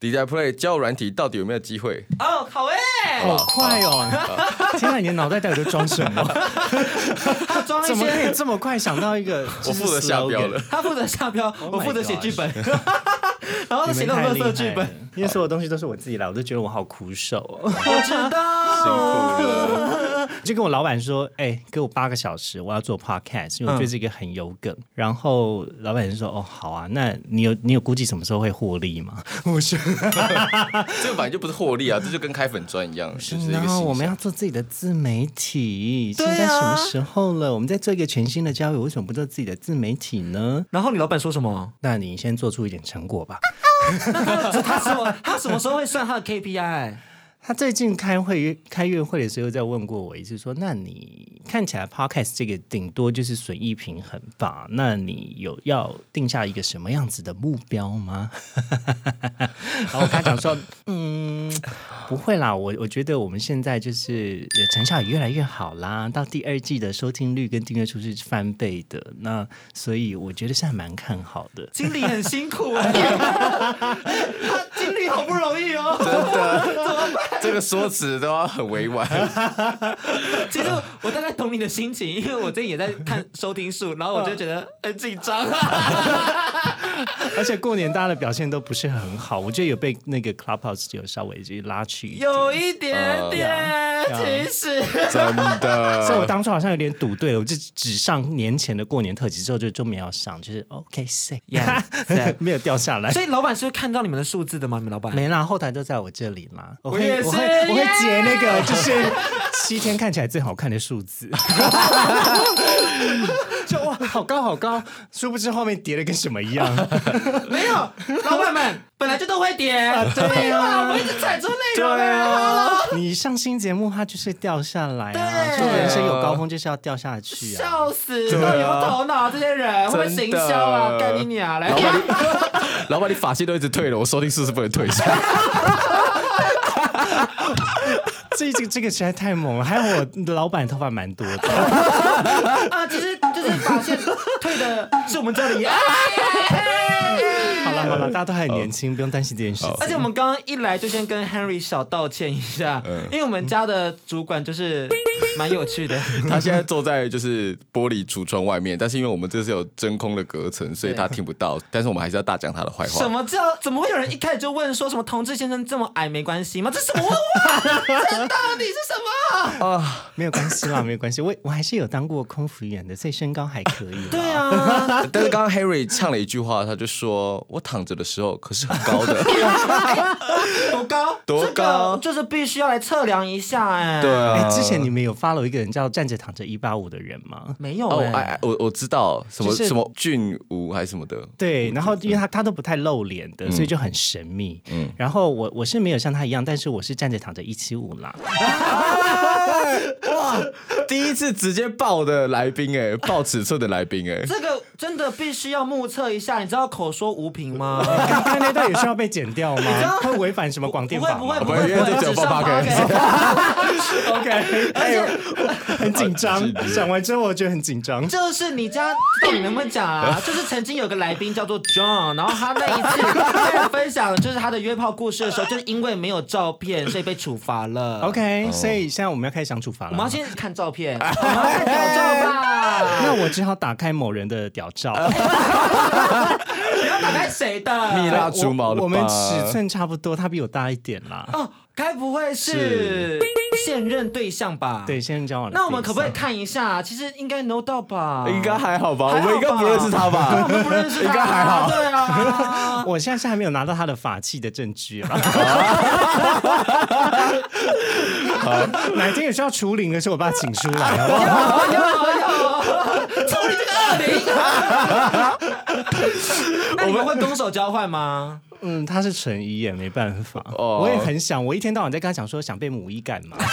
DJI Play 交友软体到底有没有机会？哦，好哎、好好快哦！天啊，你的脑袋到底在装什 么？他装一怎么可些以，这么快想到一个？我就是负责下标 slogan 了，他负责下标， Oh my 我负责写剧 本，然后你写们那太种厉色害剧本了。，因为所有东西都是我自己来，我都觉得我好苦手哦。 我知辛苦道，了。就跟我老板说，哎、给我八个小时，我要做嗯 podcast，因为我觉得这个很有梗。然后老板就说，哦，好啊，那你有你有估计什么时候会获利吗？我说，这个本来就不是获利啊，这就跟开粉砖一样，就是一个然后我形们要象。做自己的自媒体，对现啊在什么时候了？我们在做一个全新的交友，为什么不做自己的自媒体呢？然后你老板说什么？那你先做出一点成果吧。他他什么？他什么时候会算他的 KPI？他最近开会开月会的时候，在问过我一次，说：“那你看起来 podcast 这个顶多就是损益平衡吧？那你有要定下一个什么样子的目标吗？” 然后我跟 他讲说：“嗯，不会啦，我我觉得我们现在就是呃成效也越来越好啦，到第二季的收听率跟订阅数是翻倍的，那所以我觉得现在蛮看好的。”经理很辛苦 哎、他经理好不容易哦。这个说辞都要很委婉，其实我大概懂你的心情，因为我最近也在看收听数，然后我就觉得很紧张 啊。 而且过年大家的表现都不是很好，我觉得有被那个 Clubhouse 有稍微就拉去一点。有一点点，呀其实真所以我的。当初好像有点赌对了，我就只上年前的过年特辑之后就就没有上，就是 OK sick， Yeah, sick 没有掉下 来。所以老板是会看到你们的数字的吗？你们老板？没啦，后台都在我这里啦。我我也会，是我会，我会截那个，就是七天看起来最好看的数 字。就哇，好高好高，殊不知后面叠的跟什么一样。 没有，老板们本来就都会点，对啊，我一直产出内容啊。啊，你上新节目它就是掉下来啊，对就人生有高峰就是要掉下去啊。笑死！都有头脑这些人会行销啊，真的干你娘嘞！老板，你 老板，你发线都一直退了，我收听数是不能退下。 这这这个实在太猛了，还有我老板头发蛮多的。 啊，其实就是发现退的是我们这里 啊。好了好 了，大家都还很年轻，不用担心这件事而情。且我们刚刚一来就先跟 Henry 小道歉一下，因为我们家的主管就是蛮有 趣的，他现在坐在就是玻璃橱窗外面，但是因为我们这是有真空的隔层，所以他听不到。但是我们还是要大讲他的坏话。什么叫怎么会有人一开始就问说什么同志先生这么矮没关系吗？这什 么问法？这到底是什么？没有关系啦， 没有关系，我我还是有当过空服员的，所以身高还可以啦。 对啊，但是刚刚 Harry 唱了一句话，他就说：“我躺着的时候可是很高 的。多高？多高这个就是必须要来测量一下哎、”对，啊哎，，之前你们有 follow 一个人叫站着躺着一八五的人吗？没有哦，哎、哎哎，我我知道什么就是什么俊武还是什么的，嗯对，然后因为他他都不太露脸的，所以就很神秘。嗯，然后我我是没有像他一样，但是我是站着躺着一七五 啦。 第一次直接报的来宾哎，报尺寸的来宾哎，这个真的必须要目测一下，你知道口说无凭吗？哎刚刚那段也需要被剪 掉吗？会违反什么广电不法会不吗？会我不们会约不会，这只九上八八 podcast OK，哎 呦，很紧 啊张。讲完之后我觉得很紧张。就是你家到底能不能讲啊？就是曾经有个来宾叫做 John，然后他那一次在分享就是他的约炮故事的时候，就是因为没有照片，所以被处罚了。 OK，所以现在我们要开始想处罚了哦我吗。们要先看照片，我们要看屌照吧。那我只好打开某人的屌 照，你要打开谁的？蜜蜡我除毛的吧啊哎我们尺寸差不多，他比我大一点啦。哦，该不会是现任对象吧？对，。现在交往的对象。那我们可不可以看一下？其实应该 no 到啊吧？应该还好吧？还我好吧们应该不认识他 对我吧？们不认识他，应该还好对 啊。我现在是还没有拿到他的法器的证据啊 啦。哪天有需要除灵的时候，我把他请出来，好不好？有有有，处理这个恶灵。啊那你们会攻守交换吗？嗯，他是纯一也没办法。哦我也很想，我一天到晚在跟他讲说想被母一干嘛。哎、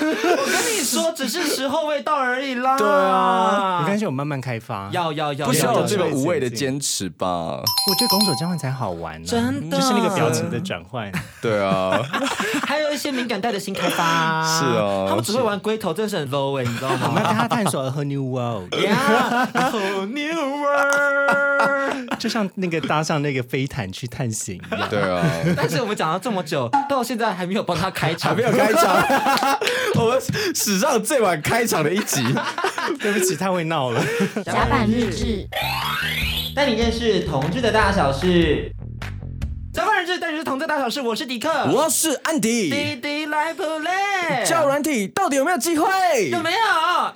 我跟你说，只是时候未到而已啦。对啊，没关系，我慢慢开发。要要要，不需要要有这个种无谓的坚持吧？我觉得拱手交换才好玩呢、真的就是那个表情的转换。对啊， 还有一些敏感带的新开发。是啊他们只会玩龟头，真的是很 low 哎、你知道 我们要吗？跟他探索 a whole new world，呀，好 new world。就像那个搭上那个飞毯去探 险一样。对啊。但是我们讲了这么久，到现在还没有帮他开场，还没有开场， 我们史上最晚开场的一集。对不起，太会闹了。甲板日志，带你认识同志的大小事。甲板日志，带你认识同志的大小事， 我是迪克，我是安滴迪，滴来 play，教软体到底有没有机会？有没有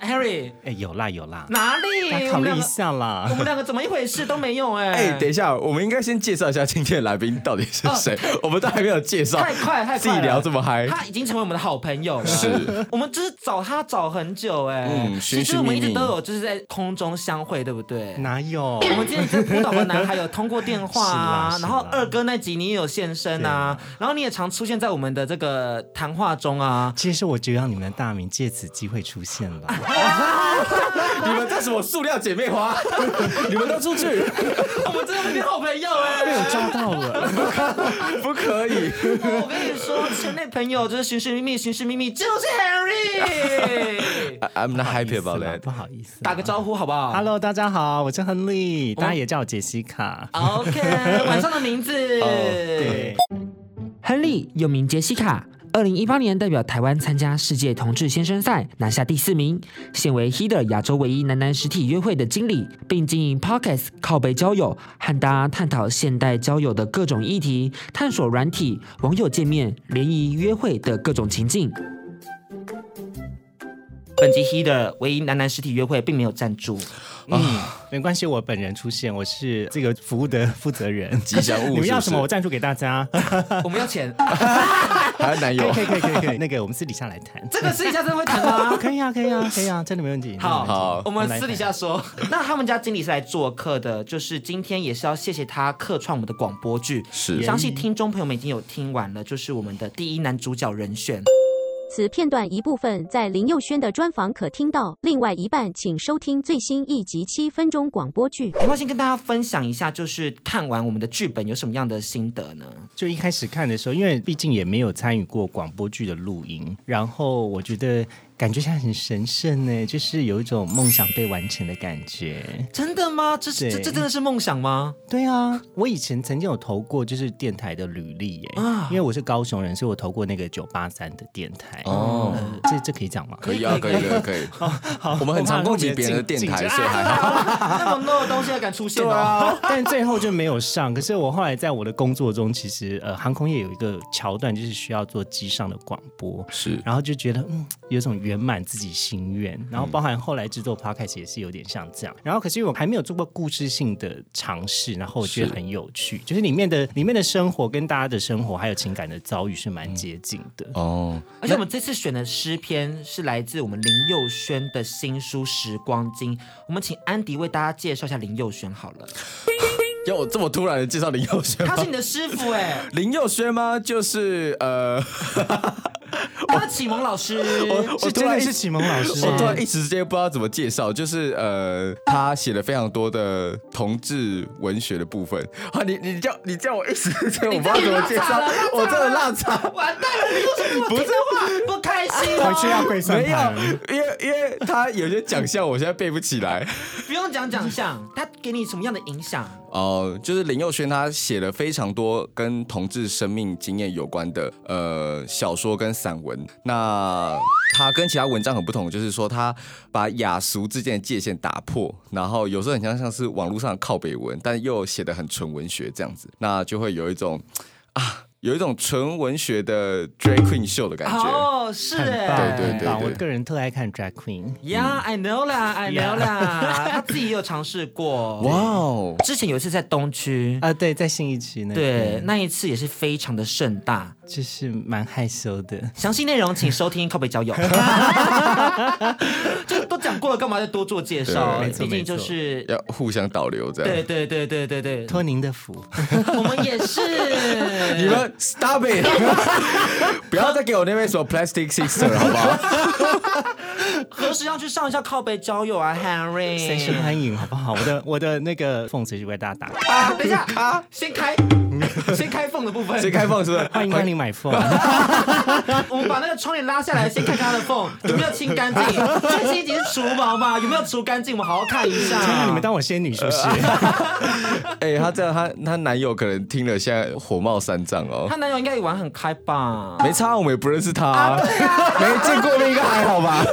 ，Harry？哎、有啦有啦，哪里？大家我考们虑两一个，下我啦。们两个怎么一回事都没有哎、 哎、等一下，我们应该先介绍一下今天的来宾到底是谁、我们都还没有介绍，哦太快太快了，自己聊这么嗨，他已经成为我们的好朋友了。是，我们就是找他找很久哎、嗯其寻实寻我们一觅直觅都有就是在空中相会，对不对？哪有？ 我们今天在孤岛的男孩有通过电话 啊是啦，是啦然后二哥那集你也有现身啊，然后你也常出现在我们的这个谈话中 啊。其实我就让你们的大名借此机会出现 了。你们这什么塑料姐妹 花？你们都出去，我们真的是好朋友哎、被我抓到了，不可以。 我跟你说，圈内朋友就是寻寻觅觅，寻寻觅觅就是 Harry。 I'm not happy 不好 about 意思啦 that 不。好意思。打个招呼好不好 Hello，大家好，我是亨利，大家也叫我杰西卡。 OK，晚上的名字。对，亨利又名杰西卡，二零一八年代表台湾参加世界同志先生赛，拿下第四名，现为 Heater 亚洲唯一男男实体约会的经理，并经营 Pockets 靠背交友，和大家探讨现代交友的各种议题，探索软体、网友见面、联谊、约会的各种情境。本集 Heater 唯一男男实体约会并没有赞助，嗯，没关系，我本人出现，我是这个服务的负责人。吉祥物你们要是什么，不是我赞助给大家。我们要 钱，还有男友 可以可以可以可以，那个我们私底下来 谈。这个私底下真的会谈吗？可以啊，可以啊，可以啊，真的没问题。嗯好好我们私底下说。 那他们家经理是来做客的，就是今天也是要谢谢他客串我们的广播剧。是相信听众朋友们已经有听完了，就是我们的第一男主角人选。此片段一部分在林佑轩的专访可听到，另外一半请收听最新一集七分钟广播剧。我要先跟大家分享一下，就是看完我们的剧本有什么样的心得呢？就一开始看的时候，因为毕竟也没有参与过广播剧的录音，然后我觉得感觉像很神圣呢，就是有一种梦想被完成的感觉。真的吗？这这对这这真的是梦想 吗？对啊，我以前曾经有投过就是电台的履历耶，啊因为我是高雄人，所以我投过那个九八三的电台。哦哦，这这可以讲吗？可以啊，可以可以可以。好，我们很常怕攻击别人的禁电台，禁止所以还好。那么 low 的东西还敢出现、哦？啊但最后就没有上。可是我后来在我的工作中，其实呃，航空业有一个桥段，就是需要做机上的广播，是然后就觉得嗯，有种圆满自己心愿。然后包含后来制作 podcast 也是有点像这样。然后可是因为我还没有做过故事性的尝试，然后我觉得是很有趣，就是里面的里面的生活跟大家的生活还有情感的遭遇是蛮接近的。哦，而且我们这次选的诗篇是来自我们林佑轩的新书《时光经》，我们请安迪为大家介绍一下林佑轩好了。要我这么突然的介绍林佑轩他吗是？你的师傅哎、林佑轩吗？就是呃，他是启蒙老师。我是突真的然是启蒙老 师我突吗？然一时之间不知道怎么介绍，就是呃，他写了非常多的同志文学的部分。啊，你你叫你叫我一时之间我不知道怎么介绍，我真的落差。完蛋了，你又是不听的话，不开心回去啊要哦。跪算没盘。有，因为因为他有些奖项我现在背不起来。不用讲奖项，他给你什么样的影响？哦、就是林佑轩他写了非常多跟同志生命经验有关的呃小说跟散文。那他跟其他文章很不同，就是说他把雅俗之间的界限打破，然后有时候很像像是网络上的靠北文，但又写的很纯文学这样子，那就会有一种啊，有一种纯文学的 drag queen 秀的感觉。哦，是很哎、棒，对对对很棒对我个人特爱看 drag queen。呀、i know 啦，I know 啦，他自己也有尝试 过。哇哦！之前有一次在东区，啊，对，在信义区那对边，，那一次也是非常的盛大。就是蛮害羞的。详细内容请收听靠北交友。就都讲过了，干嘛再多做介绍对？没错毕竟就是。要互相导流这样。对对对对对对，嗯托您的福，我们也是。你们 Stop it！不要再给我那边什么 Plastic Sister 好不好？何时要去上一下靠背交友啊，Henry？谁是欢迎好不好？我的我的那个缝子就为大家打开，啊，等一 下啊，先开，先开缝的 部分，谁开放是不是？欢迎光临买缝。 我们把那个窗帘拉下来，先看看它的 缝有没有清干净。最新一集是除毛嘛，有没有除干净？我们好好看一下。 你们当我仙女是不是？哎、她这样，她她男友可能听了，现在火冒三丈哦她。男友应该也玩很开吧？没差，我们也不认识他、啊啊没见过面应该还好 吧？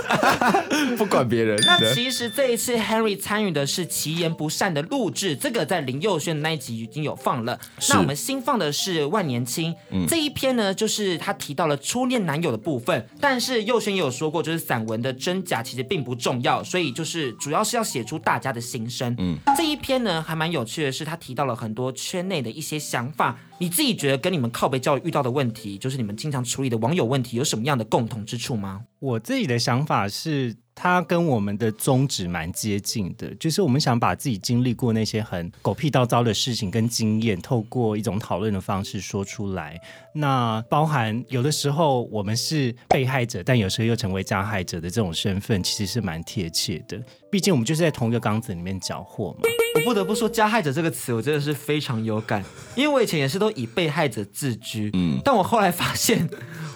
不管别人。那其实这一次 Henry 参与的是其言不善的录制，这个在林佑轩的那一集已经有放了。那我们新放的是万年青、这一篇呢，就是他提到了初恋男友的部分，但是佑轩也有说过，就是散文的真假其实并不重要，所以就是主要是要写出大家的心声。嗯，这一篇呢还蛮有趣的是，他提到了很多圈内的一些想法。你自己觉得跟你们靠背教育遇到的问题，就是你们经常处理的网友问题，有什么样的共同之处吗？ 我自己的想法是，它跟我们的宗旨蛮接近的，就是我们想把自己经历过那些很狗屁倒糟的事情跟经验，透过一种讨论的方式说出来。那包含有的时候我们是被害者，但有时候又成为加害者的这种身份，其实是蛮贴切的。毕竟我们就是在同一个缸子里面搅和嘛。我不得不说“加害者”这个词，我真的是非常有感，因为我以前也是都以被害者自居，嗯，但我后来发现，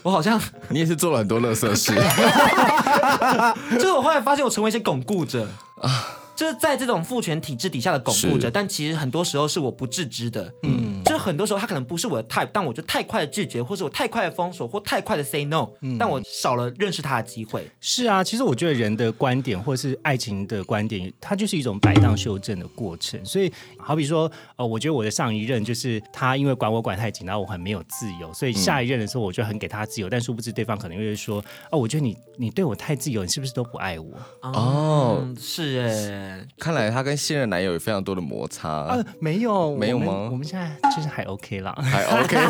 我好像你也是做了很多垃圾事， 就是我后来发现我成为一些巩固者 就是在这种父权体制底下的巩固者，是但其实很多时候是我不自知的，嗯，就是很多时候他可能不是我的 type，但我就太快的拒绝，或是我太快的封锁，或太快的 say no，、但我少了认识他的机会。是啊，其实我觉得人的观点或是爱情的观点，它就是一种摆荡修正的过程。所以，好比说，呃，我觉得我的上一任就是他因为管我管太紧，然后我很没有自由，所以嗯下一任的时候我就很给他自由，但殊不知对方可能会说，哦，我觉得你你对我太自由，你是不是都不爱我？哦嗯，是哎，看来她跟现任男友有非常多的摩擦，啊，没有，没有我们吗我们现在就是还 OK 啦， 还哎 OK。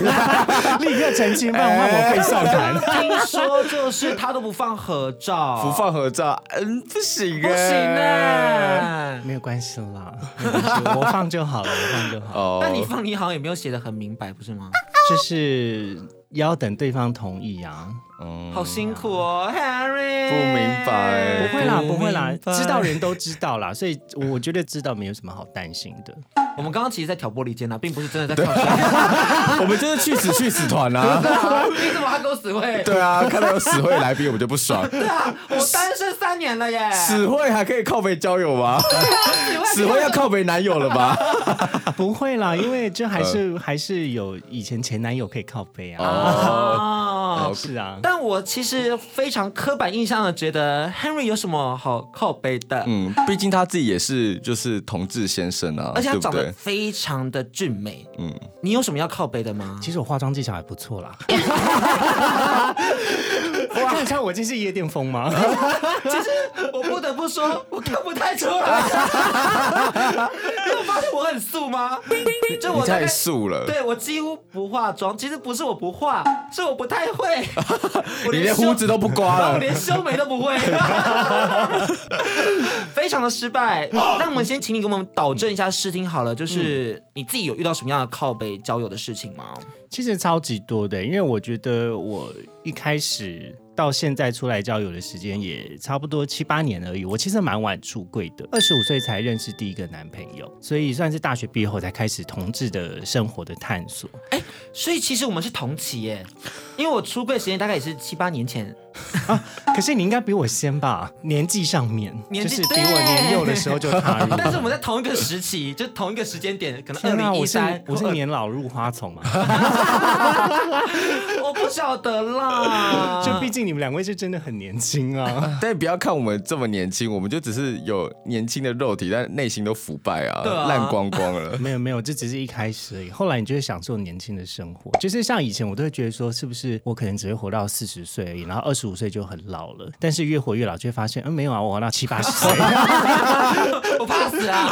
立刻澄清，不然换我会上台。听说就是他都不放合照，不放合照，嗯，不行、欸，不行哎、 没有关系啦，没有关系我放就好了，我放就好了。哦，嗯那你放你好像也没有写的很明白，不是吗？就是也要等对方同意啊。 嗯好辛苦哦，Harry。不明白不会啦，不会啦明，白知道人都知道啦，所以我觉得知道没有什么好担心的。我们刚刚其实在挑拨离间啦，并不是真的 在挑战。我们就是去死去死团啊！ 你怎么还给我死会？对啊，看到有死会来宾我们就不爽，我单身三年了耶，死会还可以靠北交友吗？ 死会要靠北男友了吧？啊不会啦，因为就还是、还是有以前前男友可以靠背啊。哦，哦。是啊，但我其实非常刻板印象的觉得 Henry 有什么好靠背的，嗯，毕竟他自己也是就是同志先生啊，而且他对不长得对？非常的俊美。嗯，你有什么要靠背的吗？其实我化妆技巧还不错 啦。哇，看穿我今天是夜店风吗？ 其实我不得不 说，我看不太出来。你有发现我很素吗？就你我大太概。素了，对我几乎不化妆，其实不是我不化，是我不太 会。我你连修胡子都不刮我了。连修眉都不会，非常的失败。那我们先请你给我们导正一下视听好了，嗯就是你自己有遇到什么样的靠北交友的事情吗？其实超级多的，因为我觉得我一开始到现在出来交友的时间也差不多七八年而已。我其实蛮晚出柜的，二十五岁才认识第一个男朋友，所以算是大学毕业后才开始同志的生活的探索。所以其实我们是同期耶，因为我出柜时间大概也是七八年前，可是你应该比我先吧，年纪上面，年纪就是比我年幼的时候就踏入。 但是我们在同一个时期，就同一个时间点，可能二天啊，零一我是三，嗯我是年老入花丛啊 嘛，哦我不晓得啦。 就毕竟你们两位是真的很年轻啊。但不要看我们这么年轻，我们就只是有年轻的肉体，但内心都腐败啊对，啊烂光光了。没有没有，这只是一开始而已。后来你就会享受年轻的生活，就是像以前我都会觉得说，是不是我可能只会活到四十岁而已，然后二十五岁就很老了。但是越活越老，就会发现，嗯，没有啊，我活到七八十岁。 我怕死啊！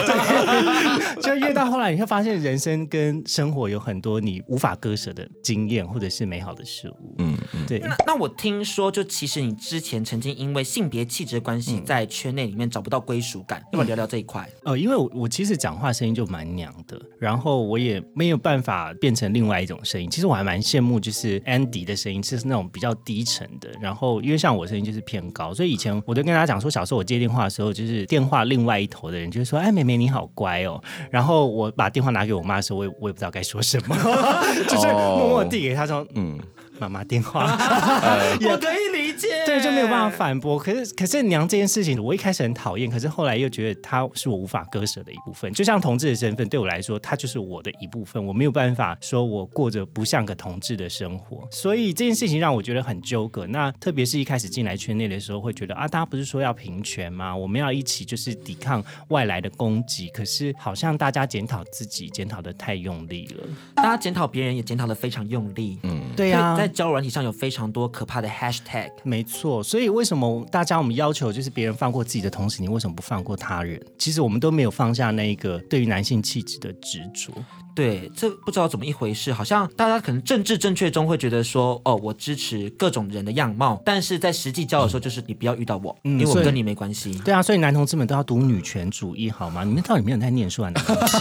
就越到后来，你会发现人生跟生活有很多你无法割舍的经验，或者是美好的事物。嗯，对。那那我听说，就其实你之前曾经因为性别气质的关系，在圈内里面找不到归属感，要不嗯要聊聊这一块？呃，因为我我其实讲话声音就蛮娘的，然后我也没有办法变成另外一种声音。其实我还蛮羡慕，就是 Andy 的声音是那种比较低沉的，然后因为像我声音就是偏高，所以以前我都跟大家讲说，小时候我接电话的时候，就是电话另外一头的人就会说：“哎，妹妹你好乖哦。”然后我把电话拿给我妈的时候，我也我也不知道该说什么， 就是默默递给她说：“嗯，妈妈电话。” 我可以理解，对，就没有办法反驳。可是，可是娘这件事情，我一开始很讨厌，可是后来又觉得她是我无法割舍的一部分。就像同志的身份对我来说，她就是我的一部分，我没有办法说我过着不像个同志的生活。所以这件事情让我觉得很纠葛。那特别是一开始进来圈内的时候，会觉得啊，大家不是说要平权吗？我们要一起就是抵抗外来的攻击。可是好像大家检讨自己，检讨的太用力了。大家检讨别人也检讨的非常用力。嗯，对啊在交友软体上有非常多可怕的 hashtag。没错，所以为什么大家我们要求就是别人放过自己的同时，你为什么不放过他人？其实我们都没有放下那一个对于男性气质的执着。对，这不知道怎么一回事，好像大家可能政治正确中会觉得说，哦，我支持各种人的样貌，但是在实际交友的时候，就是你不要遇到我，因为我嗯所以跟你没关 系。对啊，所以男同志们都要读女权主义，好吗？你们到底有没有人在念书啊？男同志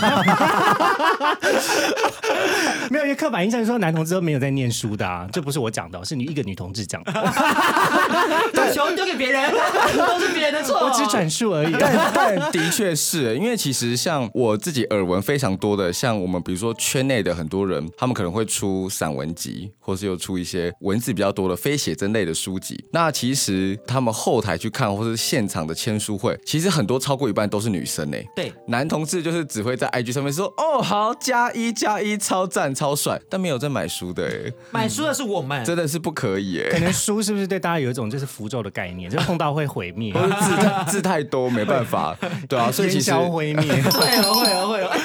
没有，因为刻板印象说男同志都没有在念书的、啊，这不是我讲的哦，是你一个女同志讲的，把球丢给别 人，都是别人的错。我只转述而已。 但但的确是因为其实像我自己耳闻非常多的，像我们比如说圈内的很多人，他们可能会出散文集，或是又出一些文字比较多的非写真类的书籍。那其实他们后台去看，或是现场的签书会，其实很多超过一半都是女生诶、 对，男同志就是只会在 IG 上面说哦好加一加一超赞超帅，但没有在买书的诶、买书的是我们，真的是不可以欸诶、可能书是不是对大家有一种就是符咒的概念，就是碰到会毁灭，或是字太字太多没办法，对 啊，所以其 烟实消 毁灭。会哦，会哦，会哦。哎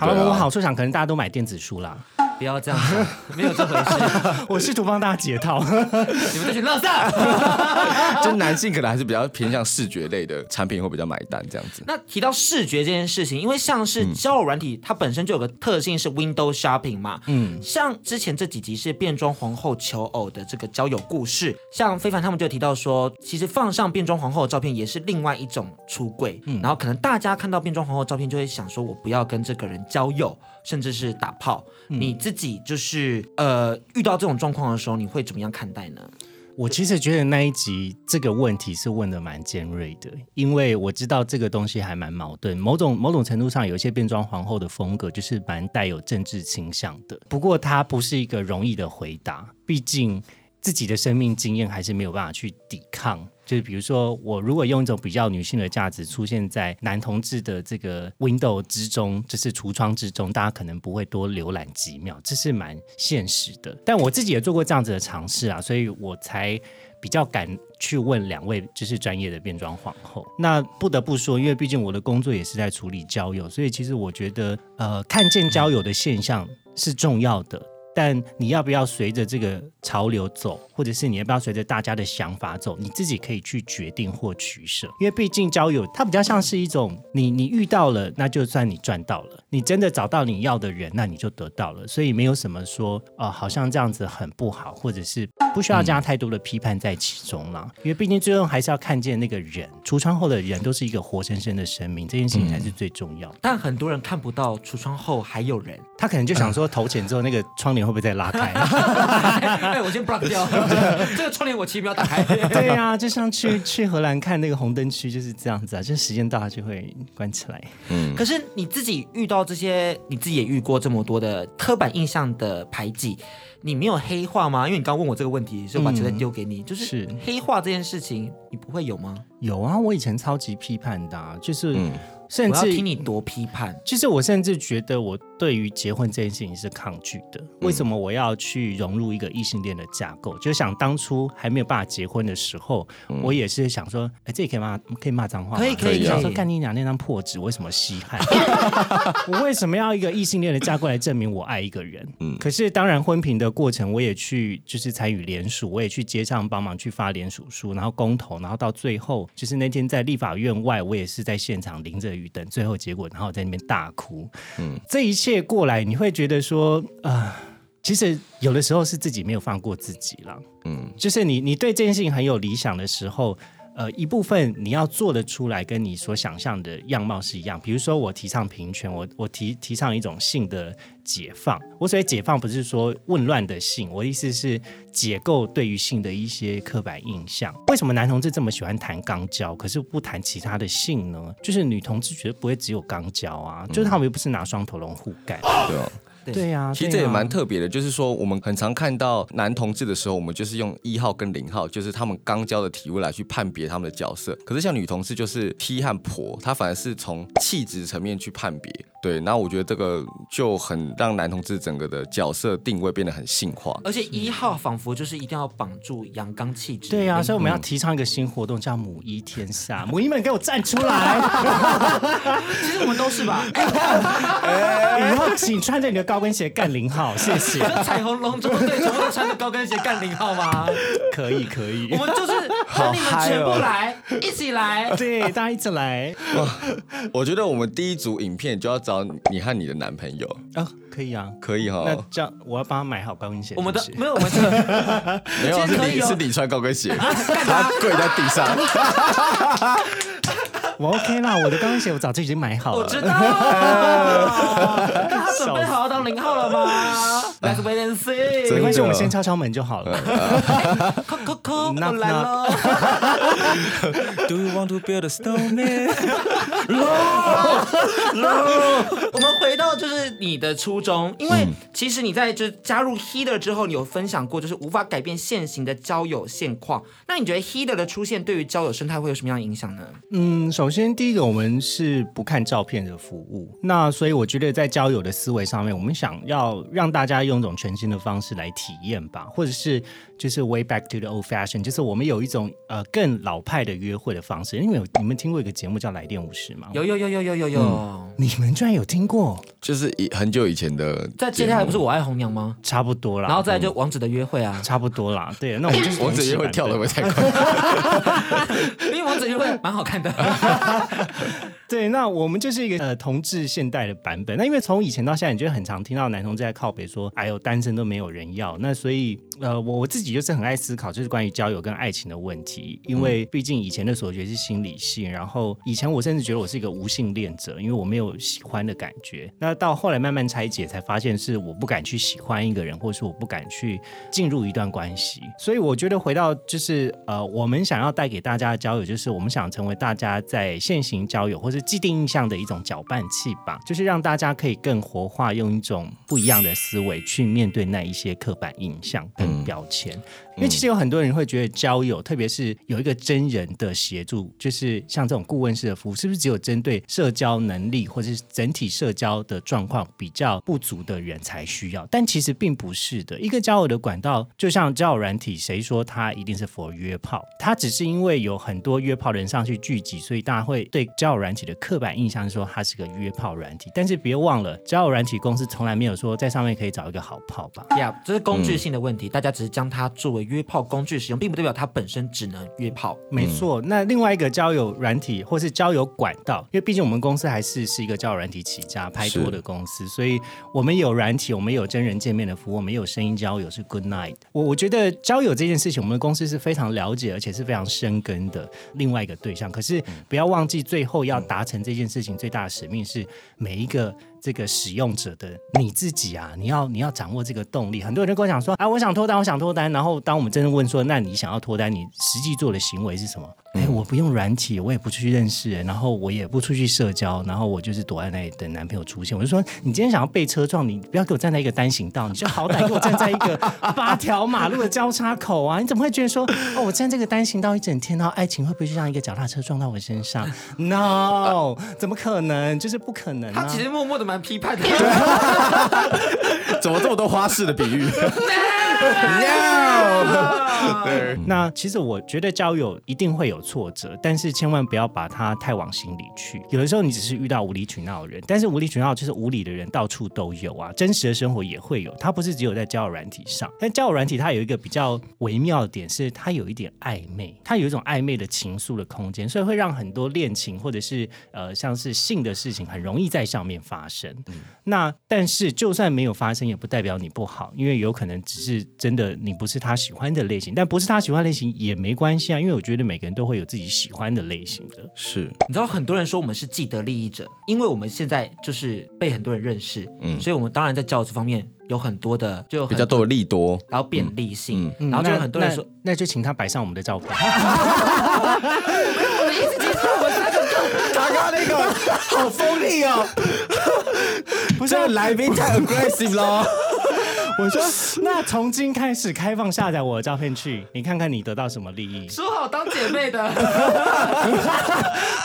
好了，对啊我往好处想，可能大家都买电子书啦。不要这样子，没有这回事， 我试图帮大家解套。 你们这群垃 圾。就男性可能还是比较偏向视觉类的产品会比较买单这 样子。那提到视觉这件事情，因为像是交友软体，它本身就有个特性是 window shopping 嘛，嗯，像之前这几集是变装皇后求偶的这个交友故事，像非凡他们就有提到说，其实放上变装皇后的照片也是另外一种出柜，然后可能大家看到变装皇后的照片就会想说，我不要跟这个人交友，甚至是打炮。你自己就是呃遇到这种状况的时候，你会怎么样看待呢？我其实觉得那一集这个问题是问的蛮尖锐的，因为我知道这个东西还蛮矛盾，某种某种程度上有一些变装皇后的风格就是蛮带有政治倾向的，不过它不是一个容易的回答，毕竟自己的生命经验还是没有办法去抵抗。就是比如说，我如果用一种比较女性的价值出现在男同志的这个 window 之中，就是橱窗之中，大家可能不会多浏览几秒，这是蛮现实的。但我自己也做过这样子的尝试啊，所以我才比较敢去问两位就是专业的变装皇后。 那不得不说，因为毕竟我的工作也是在处理交友，所以其实我觉得，呃，看见交友的现象是重要的。但你要不要随着这个潮流走，或者是你要不要随着大家的想法走，你自己可以去决定或取舍。因为毕竟交友，它比较像是一种你你遇到了，那就算你赚到了，你真的找到你要的人，那你就得到了。所以没有什么说呃，好像这样子很不好，或者是不需要加太多的批判在其中啦。因为毕竟最终还是要看见那个人，橱窗后的人都是一个活生生的生命，这件事情才是最重要的。但很多人看不到橱窗后还有人，他可能就想说投钱之后，那个窗帘会不会再拉 开？哎，我先 block 掉，这个窗帘我其实不要打开。 对呀、就像去去荷兰看那个红灯区就是这样子啊，就是时间到它就会关起来。可是你自己遇到这些，你自己也遇过这么多的刻板印象的排挤，你没有黑化吗？因为你刚刚问我这个问题，所以我把球再丢给你，就是嗯是黑化这件事情，你不会有吗？有啊，我以前超级批判的、啊，就是、嗯甚我要至听你多批判。其实我甚至觉得我对于结婚这件事情是抗拒的。嗯为什么我要去融入一个异性恋的架构？就想当初还没有办法结婚的时候，我也是想说，哎，这也可以骂，可以骂脏话吗，可以嗯可以可以啊想说干你娘那张破纸，为什么稀罕？我为什么要一个异性恋的架构来证明我爱一个人？可是当然婚评的过程，我也去就是参与联署，我也去街上帮忙去发联署书，然后公投，然后到最后就是那天在立法院外，我也是在现场淋着雨等最后结果，然后在那边大哭。嗯，这一切过来，你会觉得说啊。其实有的时候是自己没有放过自己啦，嗯，就是你你对这件事情很有理想的时候，呃，一部分你要做得出来，跟你所想象的样貌是一样。比如说，我提倡平权，我我提提倡一种性的解放。我所谓解放，不是说混乱的性，我的意思是解构对于性的一些刻板印象。为什么男同志这么喜欢谈肛交，可是不谈其他的性呢？就是女同志绝对不会只有肛交啊，就是他们又不是拿双头龙互盖。对嗯哦。对呀、其实啊对这也呀蛮特别的，就是说我们很常看到男同志的时候，我们就是用一号跟零号，就是他们刚交的体位来去判别他们的角色。可是像女同志就是 T 和婆，她反而是从气质层面去判别。对，那我觉得这个就很让男同志整个的角色定位变得很性化。而且一号仿佛就是一定要绑住阳刚气质。对呀、啊所以我们要嗯提倡一个新活动，叫母一天下。母一们给我站出来！其实我们都是 吧。哎以后请穿着你的高跟鞋干零号，谢谢。 彩虹龙中队全部都穿着高跟鞋干零号吗？可以，可以我。们就是让你们全部来，一起来。哦对，大家一起来我觉得我们第一组影片就要找你和你的男朋友，啊、可以啊。可 以哈？那这样，我要帮他买好高跟鞋。哦我们的是不没是有，我们是 没有，现在是可以你哦是你穿高跟鞋，他跪在地上。我 OK 啦，我的高跟鞋我早就已经买好我了。知道，那他准备好要当零号了吗？Let's wait 真 and 没 see。关系，的我们先敲敲门就好了。扣扣扣， Knock, 我来了。 Do you want to build a snowman？ 我们回到就是你的初衷，因嗯为其实你在就是加入 Healer 之后，你有分享过就是无法改变现行的交友现况。那你觉得 Healer 的出现对于交友生态会有什么样的影响呢？嗯，首先第一个，我们是不看照片的服务。那所以我觉得在交友的思维上面，我们想要让大家用一种全新的方式来体验吧，或者是就是 way back to the old fashion，就是我们有一种呃更老派的约会的方式。因为有你们听过一个节目叫《来电五十》吗？有有有有有有有，你们居然有听过？就是以很久以前的，在接下来不是我爱红娘吗？差不多啦，然后再来就王子的约会 啊，差不多啦。对，那我们就 是我直接会跳的的会太快。 因为王子约会蛮好看的。对，那我们就是一个呃同志现代的版本。那因为从以前到现在，你就很常听到男同志在靠北说：“哎呦，单身都没有人要。”那所以呃，我我自己就是很爱思考，就是关于交友跟爱情的问题。因为毕竟以前的所学是心理系，然后以前我甚至觉得我是一个无性恋者，因为我没有喜欢的感觉。那到后来慢慢拆解，才发现是我不敢去喜欢一个人，或是我不敢去进入一段关系。所以我觉得回到就是呃，我们想要带给大家的交友，就是我们想成为大家在现行交友或是既定印象的一种搅拌器吧，就是让大家可以更活化，用一种不一样的思维去面对那一些刻板印象跟标签。因为其实有很多人会觉得交友，特别是有一个真人的协助，就是像这种顾问式的服务，是不是只有针对社交能力或者是整体社交的状况比较不足的人才需要？但其实并不是的。一个交友的管道，就像交友软体，谁说它一定是 for 约炮？它只是因为有很多约炮人上去聚集，所以大家会对交友软体的刻板印象是说它是个约炮软体。但是别忘了，交友软体公司从来没有说在上面可以找一个好炮吧？呀这是工具性的问题，大家只是将它作为约炮工具使用，并不代表它本身只能约炮。没错，那另外一个交友软体或是交友管道，因为毕竟我们公司还是是一个交友软体起家拍拖的公司，所以我们有软体，我们有真人见面的服务，我们有声音交友，是 Good Night。我我觉得交友这件事情，我们的公司是非常了解，而且是非常深耕的另外一个对象。可是不要忘记，最后要达成这件事情最大的使命是每一个这个使用者的你自己啊，你要你要掌握这个动力。很多人就跟我讲说啊，我想脱单，我想脱单。然后当我们真的问说，那你想要脱单，你实际做的行为是什么？嗯哎、我不用软体，我也不出去认识人，然后我也不出去社交，然后我就是躲在那里等男朋友出现。我就说，你今天想要被车撞，你不要给我站在一个单行道，你就好歹给我站在 一个八条马路的交叉口啊！你怎么会觉得说，哦，我站这个单行道一整天，然后爱情会不会就像一个脚踏车撞到我身上？No，怎么可能？就是不可能、啊。 他其实默默的蛮批判的，怎么这么多花式的比 喻？No，对，那其实我觉得交友一定会有挫折，但是千万不要把它太往心里去。有的时候你只是遇到无理取闹的人，但是无理取闹就是无理的人到处都有啊，真实的生活也会有，它不是只有在交友软体上。但交友软体它有一个比较微妙的点是，它有一点暧昧，它有一种暧昧的情愫的空间，所以会让很多恋情或者是呃像是性的事情很容易在上面发生。那但是就算没有发生，也不代表你不好，因为有可能只是真的你不是他喜欢的类型，但不是他喜欢的类型也没关系啊，因为我觉得每个人都会有自己喜欢的类型的。是 你知道很多人说我们是既得利益者，因为我们现在就是被很多人认识，嗯所以我们当然在教育这方面有很多的就有比很较多的，利多，然后便利性，嗯然后就有那很多人说，那，那就请他摆上我们的照片。我的意思就是我们三个。刚刚那个好锋利哦，不是来宾太 aggressive 了。 我说，那从今开始开放下载我的照片去，你看看你得到什么利益说好当姐妹的，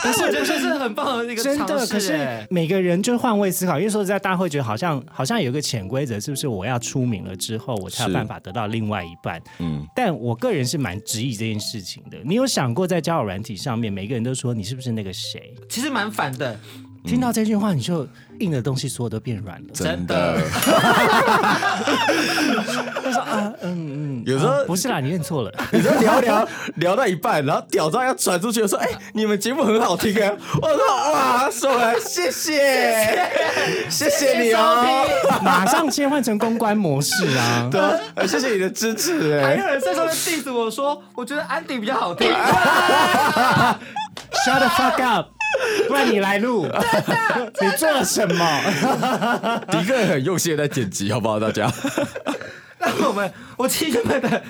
但是我觉得这是很棒的一个真尝的，可试、是欸。每个人就换位思考，因为说实在，大家会觉得好像好像有一个潜规则，是不是我要出名了之后，我才有是办法得到另外一半？嗯，但我个人是蛮质疑这件事情的。你有想过在交友软体上面，每个人都说你是不是那个谁？其实蛮反的，听到这句话，你就硬的东西所有都变软了。真真的的，嗯有时候啊不是啦，你认错 了。你说聊聊聊到一半，然后屌照要传出去，我说：“哎、你们节目很好听啊！”我说：“哇，说完谢谢，谢谢你哦，马上切换成公关模式啊！对啊，呃谢谢你的支持、 还哎，有人在上面 diss 我说，我觉得安迪比较好听， ，Shut the fuck up，不然你来录。你做了什么？迪克很用心的在剪辑，好不好？大家那我们，我其实原本 的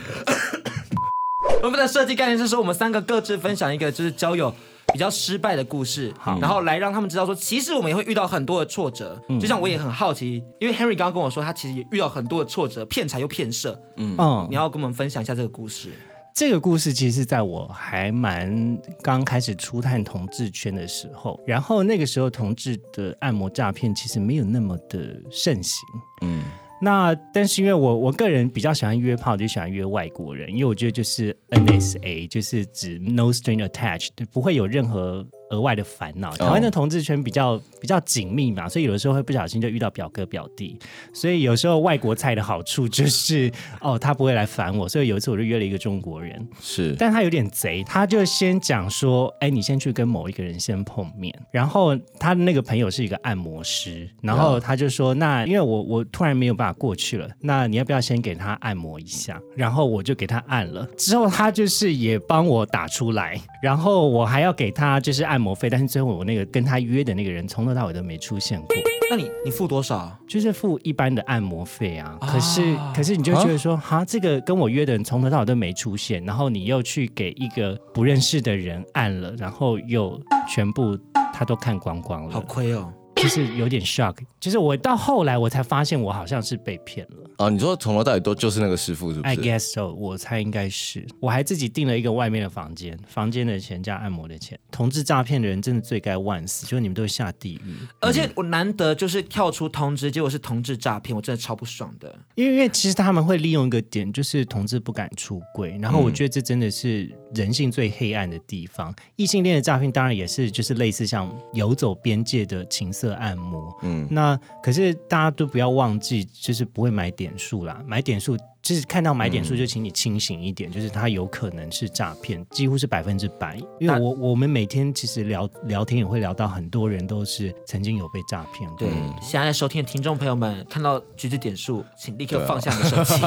我们的设计概念是说，我们三个各自分享一个就是交友比较失败的故事，嗯然后来让他们知道说，其实我们也会遇到很多的挫折。就像我也很好奇，因为 Henry 刚刚跟我说，他其实也遇到很多的挫折，骗财又骗色。嗯你，要跟我们分享一下这个故事，这个故事其实是在我还蛮刚开始初探同志圈的时候，然后那个时候同志的按摩诈骗其实没有那么的盛行。嗯，那但是因为我我个人比较喜欢约炮，就喜欢约外国人，因为我觉得就是 NSA，就是指 No String Attached，不会有任何额外的烦恼。台湾的同志圈比较比较紧密嘛，所以有的时候会不小心就遇到表哥表弟，所以有时候外国菜的好处就是 哦，他不会来烦我。所以有一次我就约了一个中国人，是但他有点贼，他就先讲说：“哎，你先去跟某一个人先碰面。”然后他的那个朋友是一个按摩师，然后他就说：“那因为我我突然没有办法过去了，那你要不要先给他按摩一下？”然后我就给他按了，之后他就是也帮我打出来，然后我还要给他就是按摩费，但是最后我那个跟他约的那个人从头到尾都没出现过。那你你付多少？就是付一般的按摩费啊。可是可是你就觉得说，哈，这个跟我约的人从头到尾都没出现，然后你又去给一个不认识的人按了，然后又全部他都看光光好了，亏哦。就是有点 shock。就是我到后来我才发现，我好像是被骗了。哦，你说从头到尾都就是那个师傅，是不 I 是？ guess so，我猜应该是。我还自己订了一个外面的房间，房间的钱加按摩的钱。同志诈骗的人真的罪该万死，就是你们都会下地狱。而且我难得就是跳出同志，结果是同志诈骗，我真的超不爽的。因为因为其实他们会利用一个点，就是同志不敢出柜，然后我觉得这真的是人性最黑暗的地方。异性恋的诈骗当然也是，就是类似像游走边界的情色按摩。嗯，那可是大家都不要忘记，就是不会买点数啦，买点数。就是看到买点数，就请你清醒一点，就是它有可能是诈骗，几乎是百分之百。因为那我我们每天其实聊聊天也会聊到很多人都是曾经有被诈骗过。对，现在收听的听众朋友们，看到橘子点数，请立刻放下你的手 机，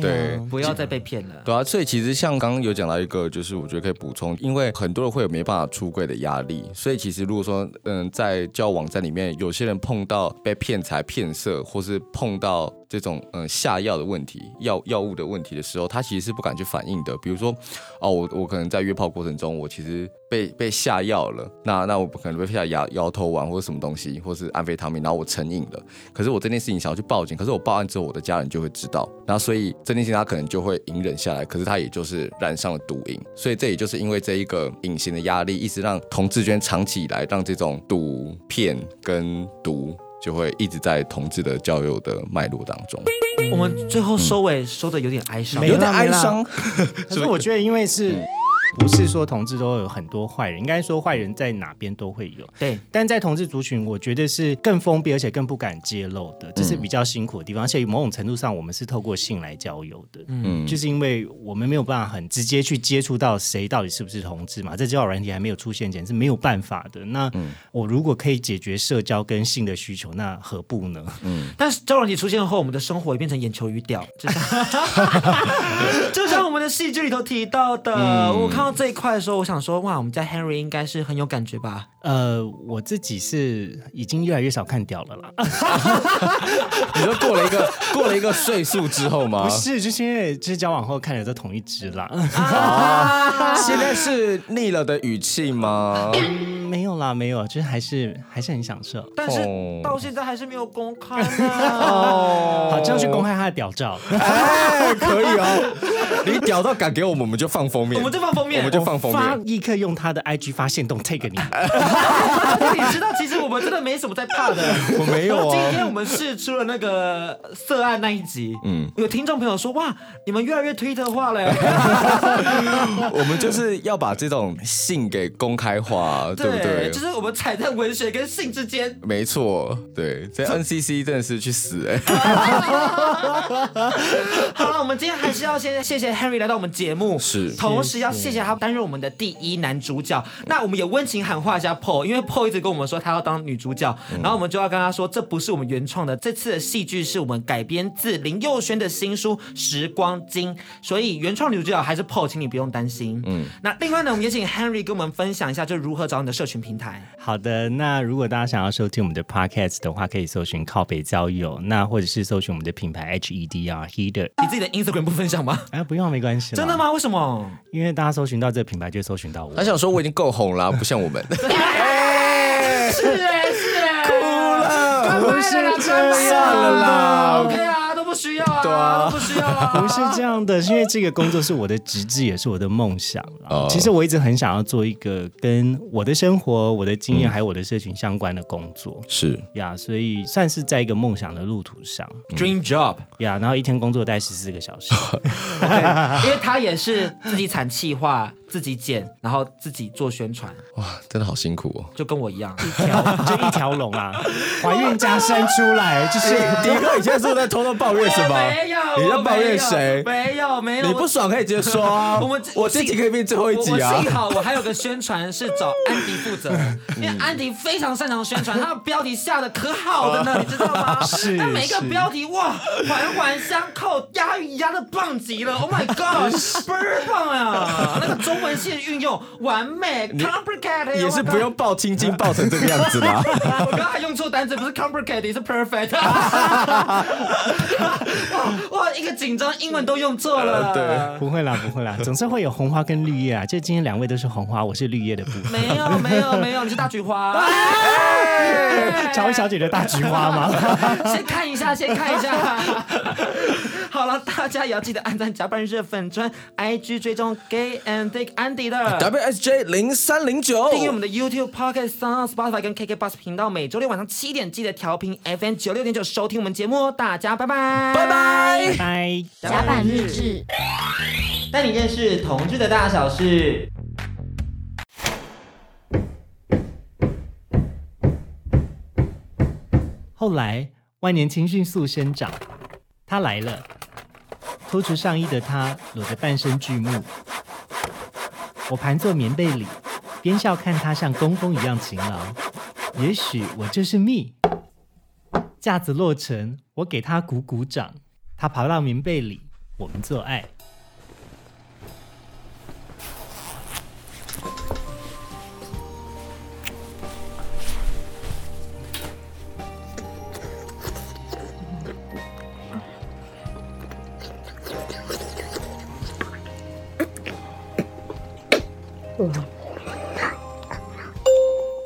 对，不要再被骗了。对啊，所以其实像刚刚有讲到一个，就是我觉得可以补充，因为很多人会有没办法出柜的压力，所以其实如果说嗯，在交友网站里面，有些人碰到被骗财骗色，或是碰到这种嗯下药的问题、药药物的问题的时候，他其实是不敢去反应的。比如说哦，我我可能在约炮过程中，我其实被被下药了，那那我可能被下摇摇头丸或者什么东西，或是安非他命，然后我成瘾了。可是我这件事情想要去报警，可是我报案之后，我的家人就会知道，然后所以这件事情他可能就会隐忍下来，可是他也就是染上了毒瘾，所以这也就是因为这一个隐形的压力，一直让同志圈长期以来让这种毒片跟毒就会一直在同志的交友的脉络当 中，我们最后收尾收的有点哀伤，没有点 啦哀伤，可是我觉得，因为是不是说同志都有很多坏人，应该说坏人在哪边都会有。对，但在同志族群，我觉得是更封闭，而且更不敢揭露的，这是比较辛苦的地方。而且某种程度上，我们是透过性来交友的，嗯，就是因为我们没有办法很直接去接触到谁到底是不是同志嘛，在交友软体还没有出现前是没有办法的。那我如果可以解决社交跟性的需求，那何不呢？但是交友软体出现后，我们的生活也变成眼球与屌， 就像就像我们的戏剧里头提到的。我看到这一块的时候，我想说，哇，我们家 Henry 应该是很有感觉吧？ 呃，我自己是已经越来越少看屌了啦，你说过了一个过了一个岁数之后吗？ 不啊是，就是因为就是交往后看了都同一只 啦，啊，现在是腻了的语气吗？嗯没有啦，没有，就是还是还是很享受。但是哦到现在还是没有公开 呢。哦，好，这样去公开他的屌照， 哎，可以哦。你屌到敢给我们，我们就放封面。我们就放封面我们就放封发面。立刻用他的 IG 发现动 take 你，你知道，其实我们真的没什么在怕的。我没有哦今天我们试出了那个色案那一集，嗯，有听众朋友说，哇，你们越来越推特 化了。我们就是要把这种性给公开化，对不对？就是我们踩在文学跟性之间。没错，对，在 NCC 真的是去死哎、 好了，我们今天还是要先谢谢 Henry 来到我们节目，是同时要谢谢他担任我们的第一男主角。那我们也温情喊话一下 Paul，因为 Paul 一直跟我们说他要当女主角，然后我们就要跟他说，这不是我们原创的，这次的戏剧是我们改编自林佑轩的新书《时光经》，所以原创女主角还是 Paul，请你不用担心。嗯，那另外呢，我们也请 Henry 跟我们分享一下，就如何找你的社群平台。好的，那如果大家想要收听我们的 podcast 的话，可以搜寻靠北交友，那或者是搜寻我们的品牌 E HEDR Heater。你自己的 Instagram 不分享吗？哎，不用，没关系。真的？吗？为什么？因为大家搜寻到这个品牌，就会搜寻到我 他。想说我已经够红了、啊 不像我们。是哎、是哎、哭了，不是这样啦，OK 啊，都不需要啊，对啊都不需要啊，不是这样的，是因为这个工作是我的职志，也是我的梦想啦哦其实我一直很想要做一个跟我的生活、我的经验还有我的社群相关的工作是，呀所以算是在一个梦想的路途上 dream job，呀。然后一天工作大概十四个小时，因为他也是自己产气化，自己剪，然后自己做宣传，哇，真的好辛苦哦。就跟我一 样。条就一条龙啊，怀孕加生出来就是。迪哥，你现在是不是在偷偷抱怨什 么？没有，你在我抱没怨有谁？没有，没有，你不爽可以直接说啊。 我们 我这集可以变最后一集我啊我幸。好我还有个宣传是找安迪 负责，因为嗯安迪非常擅长宣传，他的标题下的可 好的呢，你知道吗？是他每一个是标题哇环环相扣，押韵押的棒极了，Oh my god，倍儿棒呀！那个中文系的运用完美，complicated 也是 oh my god 不用抱青筋抱成这个样子 啦。我刚刚还用错单词，不是 complicated，是 perfect。哇哇，一个紧张，英文都用错了。呃不会啦，不会啦，总是会有红花跟绿叶啊。就今天两位都是红花，我是绿叶的部 分。没有没有没有，你是大菊花。乔薇小姐的大菊花吗？先看一下，先看一下。好了，大家也要记得按赞、加班热粉专、IG 追踪 Gay and Dick Andy 的。 WSJ 零三零九，订阅我们的 YouTube、Pocket、Sound、Spotify 跟 KK Bus 频道，每周六晚上七点记得调频 FM 九六点九收听我们节目哦。大家拜拜，拜 拜。拜。甲板日志。带你认识同志的大小事。后来，万年青迅速生长，他来了。脱除上衣的他，裸着半身巨幕。我盘坐棉被里，边笑看他像工蜂一样勤劳。也许我就是蜜。架子落成，我给他鼓鼓掌。他爬到棉被里，我们做爱。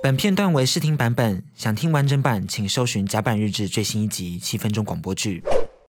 本片段为试听版本，想听完整版，请搜寻《甲板日志》最新一集七分钟广播剧。